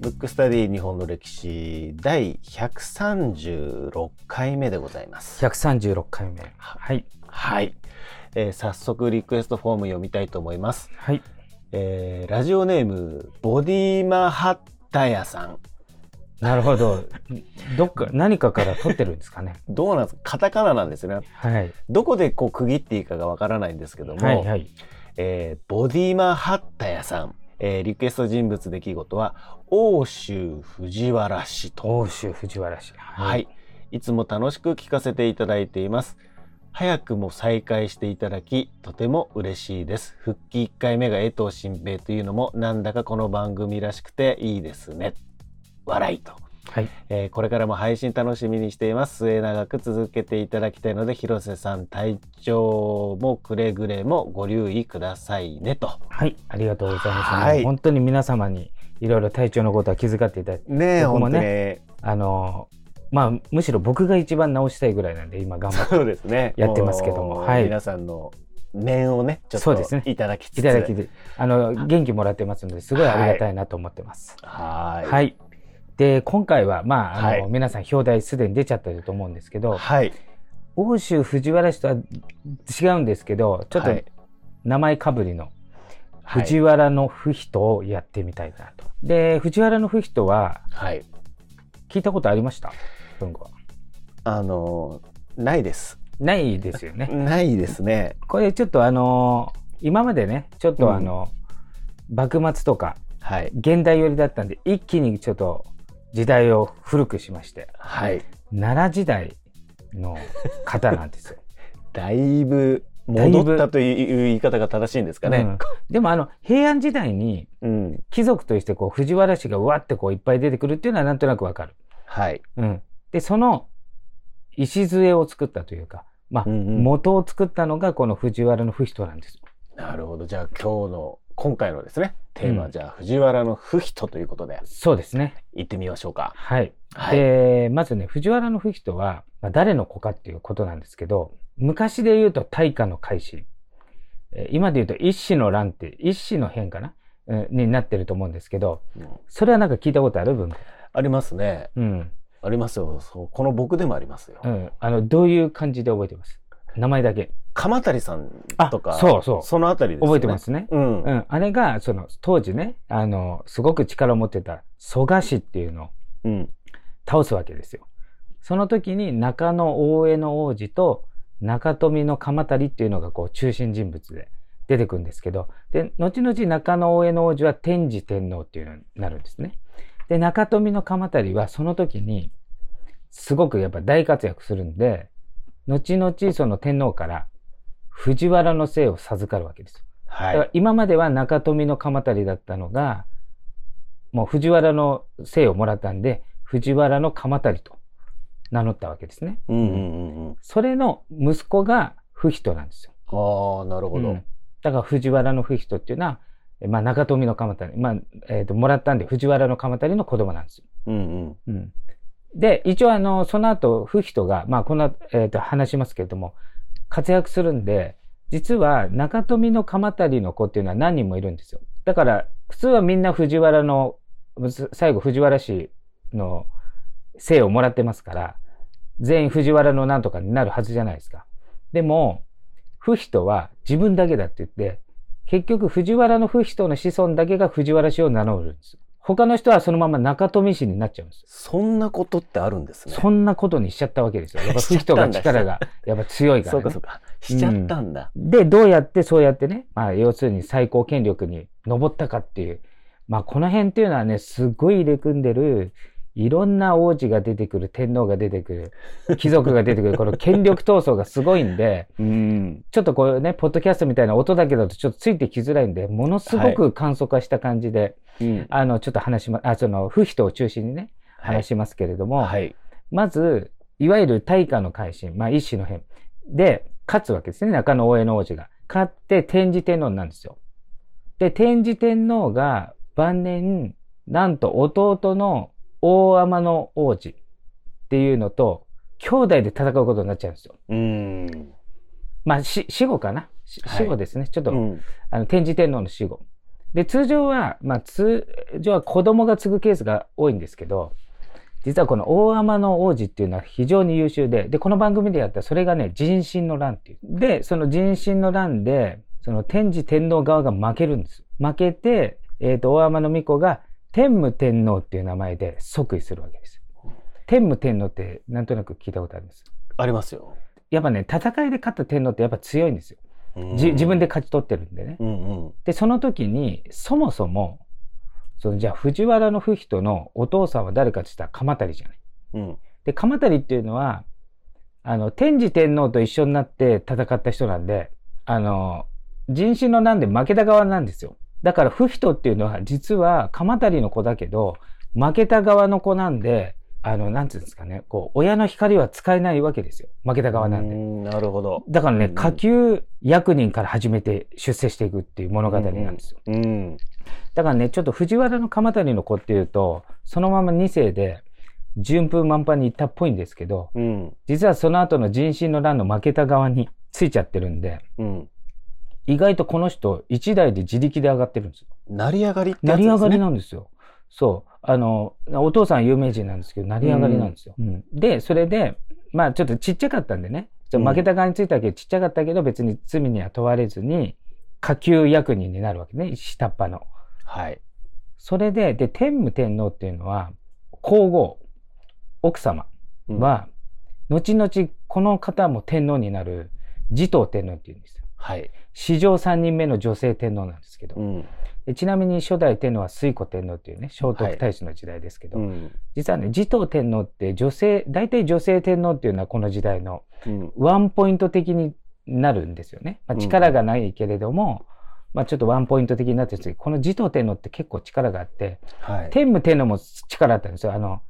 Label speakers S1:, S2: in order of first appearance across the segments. S1: ブックスタディ日本の歴史第136回目でございます。
S2: 136回目。はい。
S1: はい、えー早速リクエストフォーム読みたいと思います。
S2: はい。
S1: えーラジオネームボディマハッタヤさん。
S2: なるほど。どっか、何かから撮ってるんですかね。
S1: どうなんですかカタカナなんですね。
S2: はい。
S1: どこでこう区切っていいかがわからないんですけども、
S2: はいはい。
S1: えーボディマハッタヤさん、えーリクエスト人物出来事は欧州藤原氏と、
S2: 欧州藤原氏。
S1: は。い、いつも楽しく聞かせていただいています早くも再開していただきとても嬉しいです復帰1回目が江藤新平というのもなんだかこの番組らしくていいですね笑いと、
S2: はい。
S1: えーこれからも配信楽しみにしています末永く続けていただきたいので広瀬さん体調もくれぐれもご留意くださいねと
S2: はい。ありがとうございます。
S1: はい
S2: もう本当に皆様にいろいろ体調のことは気遣っていただいて、
S1: ねえ、
S2: 僕
S1: 本
S2: も
S1: 当
S2: ね
S1: ね。
S2: あのー、まあ、むしろ僕が一番直したいぐらいなんで、今頑張って
S1: そうですね。
S2: やってますけども
S1: う
S2: はい
S1: 皆さんの念をね、ちょっ
S2: そうです
S1: と
S2: ね
S1: いただきつつ。
S2: いただきで、あの、元気もらってますので、すごいありがたいなと思ってます。
S1: は
S2: はい。
S1: ーい。
S2: で、今回は、まあ、あの、
S1: はい
S2: 皆さん表題すでに出ちゃってると思うんですけど、
S1: はい。
S2: 欧州藤原氏とは違うんですけど、ちょっ
S1: は
S2: と
S1: い
S2: 名前かぶりの
S1: はい
S2: 藤原の不人をやってみたいなと。で、藤原の不人は
S1: はい。
S2: 聞いたことありました文語は。
S1: あのー、ないです。
S2: ないですよね。
S1: ないですね。
S2: これちょっとあの、今までね、ちょっとあの、幕末とか
S1: はい。
S2: 現代寄りだったんで、一気にちょっと時代を古くしまして、
S1: はい。
S2: 奈良時代の方なんです よ。
S1: だいぶ
S2: だいぶ
S1: 戻ったという言い方が正しいんですかね。
S2: うんでもあの、平安時代に、
S1: うん。
S2: 貴族としてこう藤原氏がうわってこういっぱい出てくるっていうのはなんとなくわかる。
S1: はい。
S2: うん、でその礎を作ったというか、まあ
S1: うんうん
S2: 元を作ったのがこの藤原の不人なんです。
S1: なるほど。じゃあ今日の、今回のですね、テーマは
S2: うん
S1: じゃあ藤原の不人ということで、
S2: そうですね。
S1: 行ってみましょうか。
S2: はい。
S1: はい。
S2: でまずね藤原の不人は、まあ、誰の子かっていうことなんですけど昔で言うと大化の改新えー今で言うと一子の乱って一子の変かな、うん、になってると思うんですけど
S1: うん
S2: それはなんか聞いたことある文化。
S1: ありますね。
S2: うん
S1: ありますよ。そうこの僕でもありますよ。
S2: うん、あのどういう感じで覚えてます名前だけ。
S1: 鎌足さんとか、
S2: あそうそう
S1: のあたりですよね。
S2: 覚えてま。すね。
S1: うん。
S2: う
S1: は
S2: ん、あれがその当時ねあのすごく力を持ってた蘇我氏っていうのを
S1: うん。
S2: 倒すわけですよ。その時に中野大江の王子と中富の鎌足っていうのがこう中心人物で出てくるんですけどで後々中野大江の王子は天智天皇っていうのになるんですね。で中富の鎌足はその時にすごくやっぱ大活躍するんで後々その天皇から藤原の姓を授かるわけですよ。だか
S1: はい。
S2: ら今までは中富の鎌足だったのが、もう藤原の姓をもらったんで、藤原の鎌足と名乗ったわけですね。
S1: うんうんうんうん。
S2: それの息子が不人なんですよ。
S1: ああ、なるほど。
S2: うんだから藤原の不人っていうのは、えまあ、中富の鎌足、まあえーともらったんで藤原の鎌足の子供なんですよ。
S1: うんうん。
S2: うんで、一応あの、その後、不人が、まあ、この後、えーと話しますけれども、活躍するんで、実は中富の鎌足の子っていうのは何人もいるんですよ。だから、普通はみんな藤原の、す最後藤原氏の姓をもらってますから、全員藤原のなんとかになるはずじゃないですか。でも、不人は自分だけだって言って、結局藤原の不人の子孫だけが藤原氏を名乗るんですよ。他の人はそのまま中富氏になっちゃうんですよ
S1: そんなことってあるんですね。
S2: そんなことにしちゃったわけですよ。やっぱ
S1: しちゃ
S2: 不
S1: った
S2: 人
S1: んだ
S2: が力がやっぱ強いか
S1: そう
S2: ら、ね
S1: かそうか。しちゃったんだ。
S2: で、どうやってそうやってね、まあ要するに最高権力に上ったかっていう、まあこの辺っていうのはね、すごい入れ組んでる、いろんな王子が出てくる、天皇が出てくる、貴族が出てくる、この権力闘争がすごいんで、
S1: うん。
S2: ちょっとこうね、ポッドキャストみたいな音だけだとちょっとついてきづらいんで、ものすごく簡素化した感じで、
S1: うん。
S2: あの、ちょっと話しま、あ、その、不人を中心にね、
S1: はい
S2: 話しますけれども、
S1: はい。
S2: まず、いわゆる大化の改新、まあ一種の変で、勝つわけですね、中野大江の王子が。勝って天智天皇なんですよ。で、天智天皇が晩年、なんと弟の大天の王子っていうのと、兄弟で戦うことになっちゃうんですよ。
S1: うん。
S2: まあ、し死後かな。し
S1: はい
S2: 死後ですね、ちょっと、
S1: うん
S2: あの天智天皇の死後。で、通常は、まあ、通常は子供が継ぐケースが多いんですけど、実はこの大天の王子っていうのは非常に優秀で、で、この番組でやったそれがね、人心の乱っていう。で、その人心の乱で、その天智天皇側が負けるんです。負けて、えっ、と、大天の巫女が天武天皇っていう名前で即位するわけです。天武天皇ってなんとなく聞いたことあります。
S1: ありますよ。
S2: やっぱね、戦いで勝った天皇ってやっぱ強いんですよ。
S1: うん
S2: じ自分で。勝ち取ってるんでね。
S1: うんうん。
S2: で、その時に、そもそも、そのじゃあ藤原の不人のお父さんは誰かって言ったら鎌足じゃない。
S1: うん。
S2: で、鎌足っていうのは、あの、天智天皇と一緒になって戦った人なんで、あの、人種のなんで負けた側なんですよ。だから不人っていうのは実は鎌足の子だけど、負けた側の子なんで、あの、なんていうんですかね、こう、親の光は使えないわけですよ。負けた側なんで。
S1: うんなるほど。
S2: だからね、
S1: うん
S2: 下級役人から始めて出世していくっていう物語なんですよ。
S1: うん。
S2: だからね、ちょっと藤原の鎌足の子っていうと、そのまま2世で順風満帆に行ったっぽいんですけど、
S1: うん。
S2: 実はその後の人心の乱の負けた側に ついちゃってるんで、
S1: うん。
S2: 意外とこの人1台で自力で上がってるんですよ。
S1: 成り上がりって
S2: 成
S1: やつ
S2: り
S1: ですね。
S2: 上がりなんですよ。そう。あの、お父さん有名人なんですけど、成り上がりなんですよ。うんで、それで、まあちょっとちっちゃかったんでね、ちょっと負けた側についたけど、ちっちゃかったけど、別に罪には問われずに、下級役人になるわけね、下っ端の。
S1: はい。
S2: それで、で、天武天皇っていうのは、皇后、奥様
S1: うん、
S2: は、後々この方も天皇になる、持統天皇っていうんですよ。
S1: はい。
S2: 史上3人目の女性天皇なんですけど、
S1: うん。
S2: でちなみに初代天皇は推古天皇っていうね、聖徳太子の時代ですけど、
S1: うん。
S2: 実はね、持統天皇って女性、大体女性天皇っていうのはこの時代の
S1: うん。
S2: ワンポイント的になるんですよね。まあ、
S1: うん
S2: 力がないけれども、まあちょっとワンポイント的になってるんですけど、この持統天皇って結構力があって、
S1: はい。
S2: 天武天皇も力あったんですよ、あの、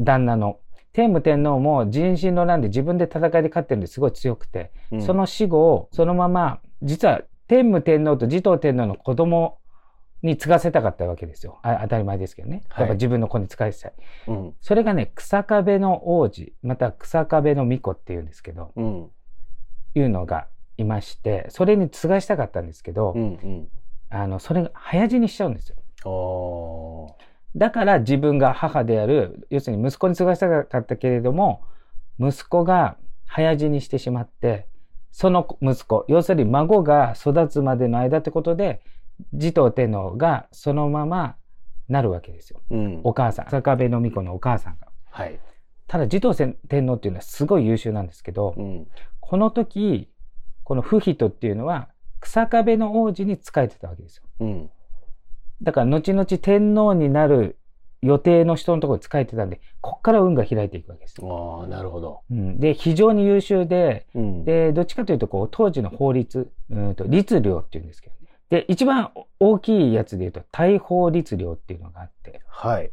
S2: 旦那の。天武天皇も人心の乱で自分で戦いで勝ってるんですごい強くて、
S1: うん
S2: そ、の死後をそのまま、実は天武天皇と持統天皇の子供に継がせたかったわけですよ。あ当たり前ですけどね。
S1: はい
S2: やっぱ自分の子に継がせたい。
S1: うん。
S2: それがね、草壁の王子、また草壁の巫女っていうんですけど、
S1: うん。
S2: いうのがいまして、それに継がしたかったんですけど、
S1: うん。うん。
S2: あの、それが早死にしちゃうんですよ。
S1: おー。
S2: だから自分が母である、要するに息子に継がせたかったけれども、息子が早死にしてしまって、その息子、要するに孫が育つまでの間ってことで、持統天皇がそのままなるわけですよ。
S1: うん。
S2: お母さん、坂部の巫女のお母さんが。
S1: はい。
S2: ただ持統天皇っていうのはすごい優秀なんですけど、
S1: うん。
S2: この時、この不人っていうのは、草壁の王子に仕えてたわけですよ。
S1: うん。
S2: だから後々天皇になる予定の人のところに仕えてたんで、こっから運が開いていくわけです。
S1: ああ、なるほど。
S2: うん、で、非常に優秀で、
S1: うん。
S2: で、どっちかというと、こう、当時の法律、うんと、律令っていうんですけどね。で、一番大きいやつで言うと、大法律令っていうのがあって、
S1: はい。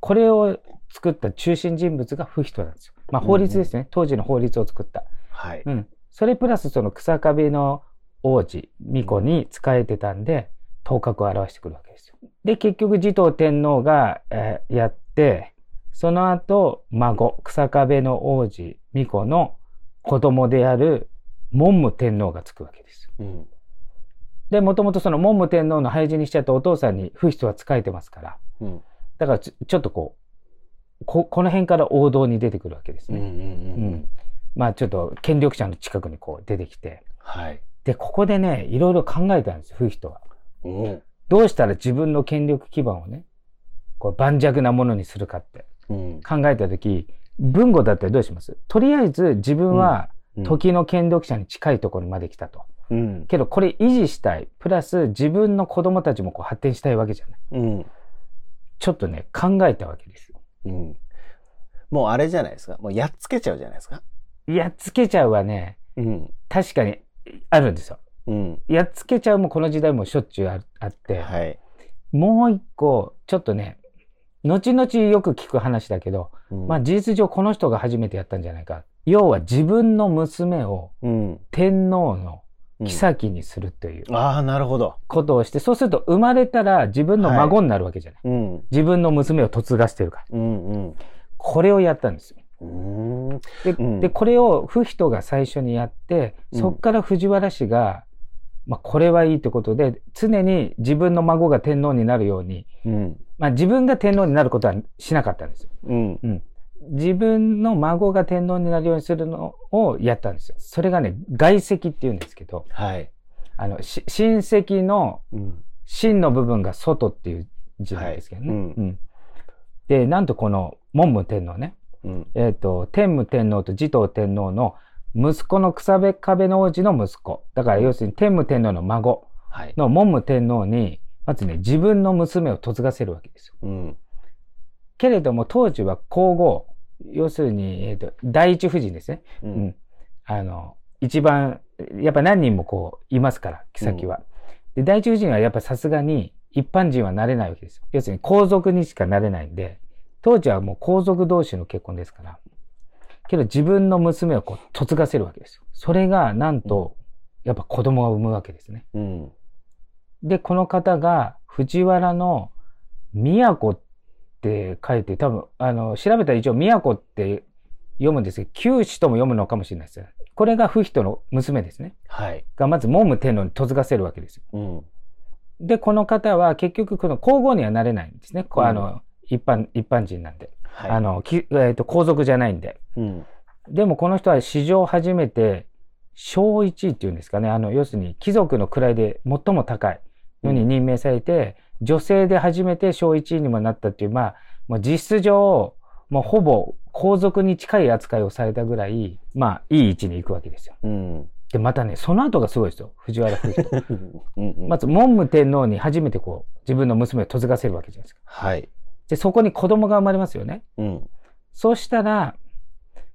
S2: これを作った中心人物が不人なんですよ。まあ、法律ですね。当時の法律を作った。
S1: はい。
S2: うん。それプラス、その草壁の王子、巫女に仕えてたんで、頭角を現してくるわけですよ。で、結局、持統天皇が、えーやって、その後、孫、草壁の王子、巫女の子供である文武天皇がつくわけですよ。
S1: うん。
S2: で、もともとその文武天皇の廃人にしちゃったお父さんに不必は仕えてますから、
S1: うん。
S2: だからちょちょっとこう、こ、この辺から王道に出てくるわけです
S1: うん。うん
S2: ね。。
S1: う
S2: うん
S1: ん。
S2: まあちょっと権力者の近くにこう出てきて、
S1: はい。
S2: で、ここでね、いろいろ考えたんですよ、フヒトは。
S1: うん。
S2: どうしたら自分の権力基盤をね、こう盤石なものにするかって
S1: うん。
S2: 考えたとき、文語だったらどうしますとりあえず自分は時の権力者に近いところまで来たと。
S1: うん。
S2: けどこれ維持したい。プラス自分の子供たちもこう発展したいわけじゃない。
S1: うん。
S2: ちょっとね、考えたわけですよ。
S1: うん。もうあれじゃないですか。もうやっつけちゃうじゃないですか。
S2: やっつけちゃうはね、
S1: うん。
S2: 確かにあるんですよ。
S1: うん。
S2: やっつけちゃうもこの時代もしょっちゅうああって、
S1: はい。
S2: もう一個、ちょっとね、後々よく聞く話だけど、まあ
S1: あ、
S2: 事実上この人が初めてやったんじゃないか。要は自分の娘を
S1: うん。
S2: 天皇の
S1: うん
S2: 妃にするという
S1: ああ、なるほど。
S2: ことをして、そうすると生まれたら自分の孫になるわけじゃない。
S1: うん。
S2: 自分の娘を嫁がしてるか
S1: う
S2: ら。
S1: ん
S2: これをやったんですよ。
S1: うん。うーん。う
S2: で、
S1: ん
S2: でこれを不人が最初にやって、
S1: うん
S2: そっから藤原氏がまあ、これはいいってことで、常に自分の孫が天皇になるように、
S1: うん。
S2: まあ、自分が天皇になることはしなかったんですよ。
S1: うん。
S2: 自分の孫が天皇になるようにするのをやったんですよ。それがね、外籍って言うんですけど、
S1: はい。
S2: あの、し親戚の
S1: うん。
S2: 真の部分が外っていう字なんですけどね。
S1: はいうん
S2: うんで、なんとこの文武天皇ね、
S1: うん。
S2: えっ、と、天武天皇と持統天皇の息子の草壁壁の王子の息子。だから要するに天武天皇の孫
S1: はい。
S2: の文武天皇に、まずね、自分の娘を嫁がせるわけですよ。
S1: うん。
S2: けれども当時は皇后、要するに、えっ、と、第一夫人ですね。
S1: う。
S2: うんん。あの、一番、やっぱ何人もこう、いますから、妃は。で、第一夫人はやっぱさすがに一般人はなれないわけですよ。要するに皇族にしかなれないんで、当時はもう皇族同士の結婚ですから。けど自分の娘をこう、嫁がせるわけですよ。それが、なんと、やっぱ子供が産むわけですね。
S1: うん。
S2: で、この方が藤原の都って書いて、多分、あの、調べたら一応都って読むんですけど、九死とも読むのかもしれないです。これが不人の娘ですね。
S1: はい。
S2: がまず文武天皇に嫁がせるわけですよ。
S1: うん。
S2: で、この方は結局この皇后にはなれないんですね。こう
S1: うん
S2: あの、一般、一般人なんで。
S1: はい。
S2: あの、きえっ、と、皇族じゃないんで。
S1: うん。
S2: でもこの人は史上初めて、小一位っていうんですかね。あの、要するに貴族の位で最も高いのに任命されて、女性で初めて小一位にもなったっていう、まあ、もう実質上、もうほぼ皇族に近い扱いをされたぐらい、まあ、いい位置に行くわけですよ。
S1: うん。
S2: で、またね、その後がすごいですよ。藤原不人。
S1: うん。
S2: まず、文武天皇に初めてこう、自分の娘を嫁がせるわけじゃないですか。
S1: はい。
S2: で、そこに子供が生まれますよね。
S1: うん。
S2: そうしたら、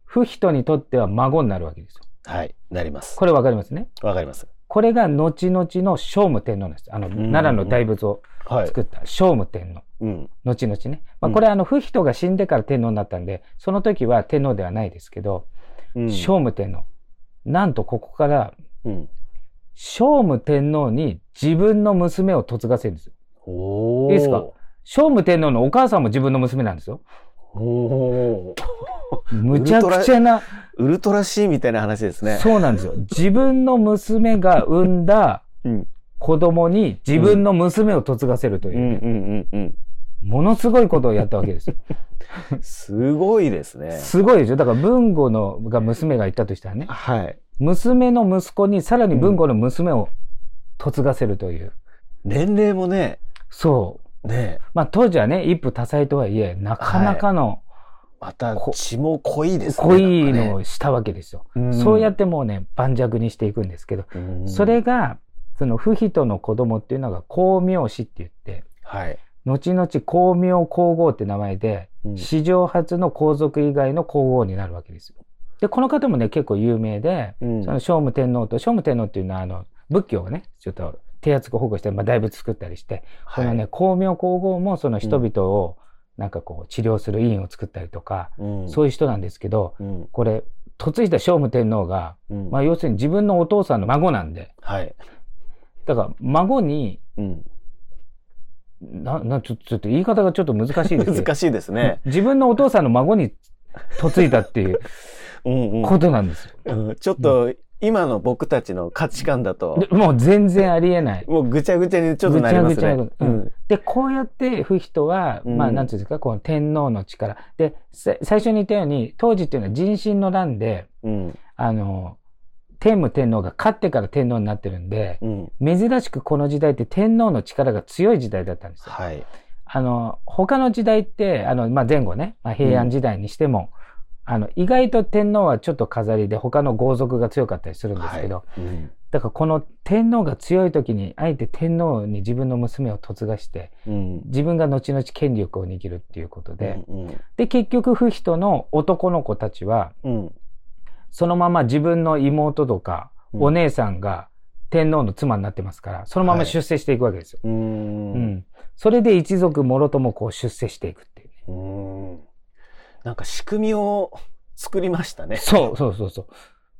S2: 不人にとっては孫になるわけですよ。
S1: はい。なります。
S2: これわかりますね。
S1: わかります。
S2: これが後々の聖武天皇なんです。あの、
S1: ん
S2: 奈良の大仏を
S1: は
S2: 作った聖武天皇。
S1: うん。
S2: 後々ね。ま
S1: う
S2: あ、
S1: ん
S2: これあの、不人が死んでから天皇になったんで、その時は天皇ではないですけど、
S1: うん。
S2: 聖武天皇。なんとここから、
S1: うん。
S2: 聖武天皇に自分の娘を嫁がせるんですよ。
S1: おお。
S2: いいですか聖武天皇のお母さんも自分の娘なんですよ。
S1: おお。
S2: むちゃくちゃな、
S1: ウルトラ C みたいな話ですね。
S2: そうなんですよ。自分の娘が産んだ
S1: うん。
S2: 子供に自分の娘を嫁がせるというう、
S1: んうんうん
S2: ものすごいことをやったわけですよ。
S1: うん。すごいですね。
S2: すごいでしょ。だから文吾のが娘がいたとしたらね、
S1: はい。
S2: 娘の息子にさらに文吾の娘を嫁がせるという。
S1: 年齢もね、
S2: そう。
S1: ね、
S2: まあ当時はね、一夫多妻とはいえ、なかなかの
S1: また
S2: こ
S1: 血も濃いですね。
S2: 濃い
S1: なん
S2: の
S1: か
S2: をしたわけですよ。
S1: ね、
S2: そうやってもうね、盤石にしていくんですけど、
S1: て、
S2: それが、その不人の子供っていうのが光明子って言って、
S1: はい。
S2: 後々光明皇后って名前で、
S1: うん
S2: 史上初の皇族以外の皇后になるわけですよ。で、この方もね、結構有名で、
S1: うん
S2: その聖武天皇と、聖武天皇っていうのは、あの、仏教をね、ちょっと手厚く保護して、まあ、大仏作ったりして、このね、光明皇后もその人々を、なんかこう、治療する院を作ったりとか、
S1: はい、
S2: そうういう人なんですけど、
S1: いうん。
S2: これ、嫁いだ聖武天皇が、
S1: うん。
S2: まあ、要するに自分のお父さんの孫なんで、
S1: はい。
S2: だから、孫に、
S1: うん。
S2: な、な、ちょちょっと言い方がちょっと難しいですけど
S1: 難しいですね。
S2: 自分のお父さんの孫に嫁いだっていう
S1: うんうん
S2: ことなんですよ。
S1: うん。ちょっと、今の僕たちの価値観だと
S2: で、もう全然ありえない。
S1: もうぐちゃぐちゃにちょっとなります
S2: ぐちゃ
S1: ね
S2: ぐちゃ。うんで、こうやって不人は、
S1: うん
S2: まあ、なんていうんですか、この天皇の力。で、さ最初に言ったように、当時っていうのは人心の乱で、
S1: うん。
S2: あの、天武天皇が勝ってから天皇になってるんで、
S1: うん。
S2: 珍しくこの時代って天皇の力が強い時代だったんですよ。
S1: はい。
S2: あの、他の時代って、あの、まあ、前後ね、まあ、平安時代にしても、あの、意外と天皇はちょっと飾りで他の豪族が強かったりするんですけど、
S1: うん。
S2: だからこの天皇が強い時に、あえて天皇に自分の娘を嫁がして、
S1: うん。
S2: 自分が後々権力を握るっていうことで、
S1: うん
S2: で、結局、不人の男の子たちは、
S1: うん。
S2: そのまま自分の妹とか、
S1: うん
S2: お姉さんが天皇の妻になってますから、そのま
S1: は
S2: ま
S1: い
S2: 出世していくわけですよ。
S1: う。
S2: うんん。それで一族もろともこう出世していくっていうね。
S1: うん。なんか仕組みを作りましたね。
S2: そうそうそうそう。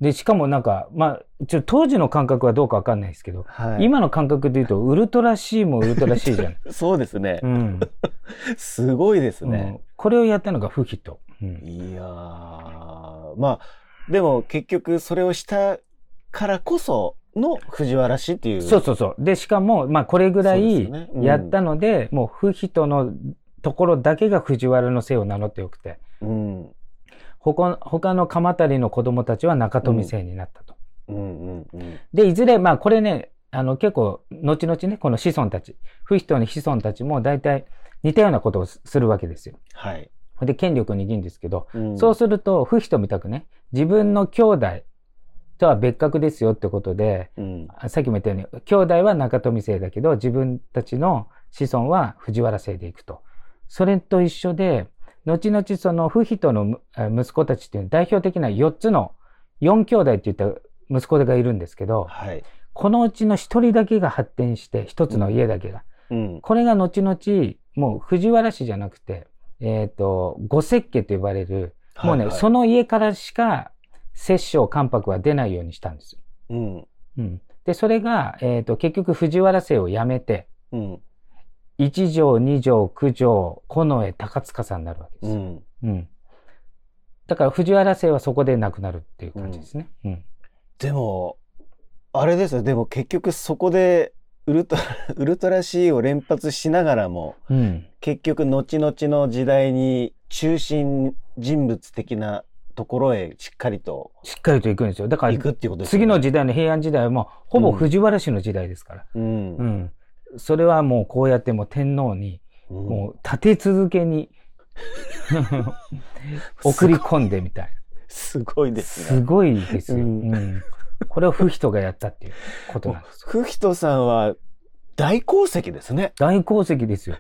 S2: で、しかもなんか、まあ、ちょ、当時の感覚はどうかわかんないですけど、
S1: はい。
S2: 今の感覚で言うと、ウルトラ C もウルトラ C じゃ ない。
S1: そうですね
S2: う。ん。
S1: すごいです
S2: う
S1: ね
S2: ん。これをやったのが不人。うん。
S1: いやーまあ、でも結局それをしたからこそ、の藤原氏っていう。
S2: そうそうそう。で、しかも、まあ、これぐら
S1: そうで
S2: い
S1: すねうん
S2: やったので、もう、不人のところだけが藤原の姓を名乗ってよくて、
S1: うん。うん
S2: 他他の鎌足の子供たちは中富姓になったと。
S1: うんうん。
S2: で、いずれ、まあ、これね、あの、結構、後々ね、この子孫たち、不人の子孫たちも大体似たようなことをすするわけですよ。
S1: はい。
S2: で、権力を握るんですけど、
S1: うん
S2: そうすると、不人みたくね、自分の兄弟とは別格ですよってことで、
S1: うん。
S2: あさっきも言ったように、兄弟は中富姓だけど、自分たちの子孫は藤原姓でいくと。それと一緒で、後々その不人のむあ息子たちっていう代表的な4つの、4兄弟って言った息子がいるんですけど、
S1: はい。
S2: このうちの1人だけが発展して、1つの家だけが。
S1: うん。
S2: これが後々、もう藤原氏じゃなくて、えっ、と、五石家と呼ばれる、もう
S1: は
S2: ね、
S1: いはい
S2: その家からしか摂政関白は出ないようにしたんですよ。
S1: うん。
S2: うん、で、それが、えっ、と、結局藤原姓をやめて、
S1: うん。
S2: 一条、二条、九条、近衛、高塚さんになるわけで
S1: う
S2: すよ。
S1: ん。
S2: うん。だから藤原姓はそこでなくなるっていう感じですね。うん。
S1: でも、あれですよ。でも結局そこで、ウルトラ、 ウルトラ C を連発しながらも、
S2: うん。
S1: 結局後々の時代に中心人物的なところへしっかりと
S2: しっかりと行くんですよ。だから
S1: 行、くっていうことですよ
S2: 次
S1: ね。
S2: の時代の平安時代も、ほぼ藤原氏の時代ですから。
S1: うん
S2: う。ん。それはもうこうやってもう天皇に、
S1: うん
S2: もう立て続 けに送り込んでみたい
S1: すごい
S2: な。
S1: です
S2: す
S1: ね。
S2: ごいですよ。
S1: う
S2: うんんこれを不人がやったっていうことなんですよ。
S1: フヒトさんは大功績ですね。
S2: 大功績で すよ。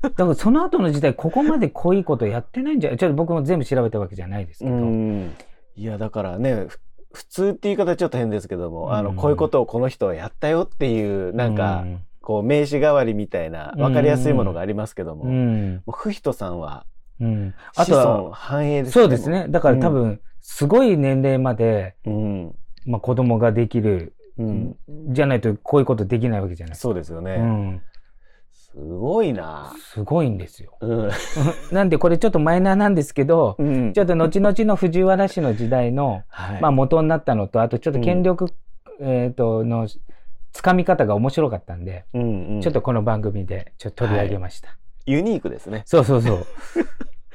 S2: だからその後の時代、ここまで濃いことやってないんじゃないちょっと僕も全部調べたわけじゃないです
S1: う
S2: けど。
S1: ん。いや、だからね、ふ普通って言い方はちょっと変ですけども、あの、
S2: うん
S1: こういうことをこの人はやったよっていう、なんか、
S2: うん、
S1: こう、名詞代わりみたいな、わかりやすいものがありますけども、
S2: う
S1: も
S2: ん。
S1: うフヒトさんは、
S2: うん。あ
S1: 子
S2: とは
S1: 孫、繁栄です
S2: そうです。ね。だから多
S1: う
S2: 分、すごい年齢まで、
S1: も
S2: まあ子供ができる
S1: ううん。うん。
S2: じゃないとこういうことできないわけじゃないです
S1: そうですよね。
S2: か。うん。
S1: すごいな
S2: すごいんですよ。
S1: うん。
S2: なんでこれちょっとマイナーなんですけど、
S1: うん
S2: ちょっと後々の藤原氏の時代の、
S1: はい。
S2: まあ元になったのと、あとちょっと権力、えっ、と、の、つかみ方が面白かったんで、
S1: うんうん
S2: ちょっとこの番組でちょっと取り上げました。
S1: ユニークですね。
S2: そうそうそう。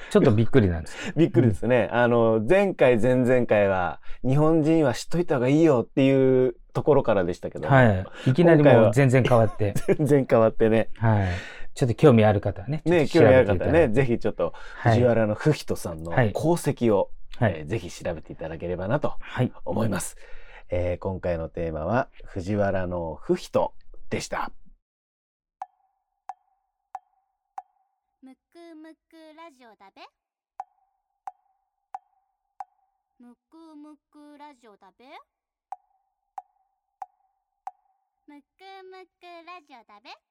S2: ちょっとびっくりなんですけど。
S1: びっくりですね。あの、前回、前々回は、日本人は知っといた方がいいよっていうところからでしたけど、
S2: はい。いきなりもう全然変わって、
S1: 全然変わってね。
S2: はい。ちょっと興味ある方はね。
S1: ね、
S2: ちょ
S1: 興
S2: っ
S1: 味
S2: と
S1: ある
S2: 調べていた
S1: 方
S2: だい
S1: ね、
S2: て
S1: ぜひちょっと、
S2: はい
S1: 藤原の不人さんの
S2: はい
S1: 功績を、
S2: は
S1: え
S2: い。
S1: ーぜひ調べていただければなと
S2: はい。
S1: 思います。えー今回のテーマは、藤原の不人でした。
S3: むくむくラジオだべむくむくラジオだべむくむくラジオだべ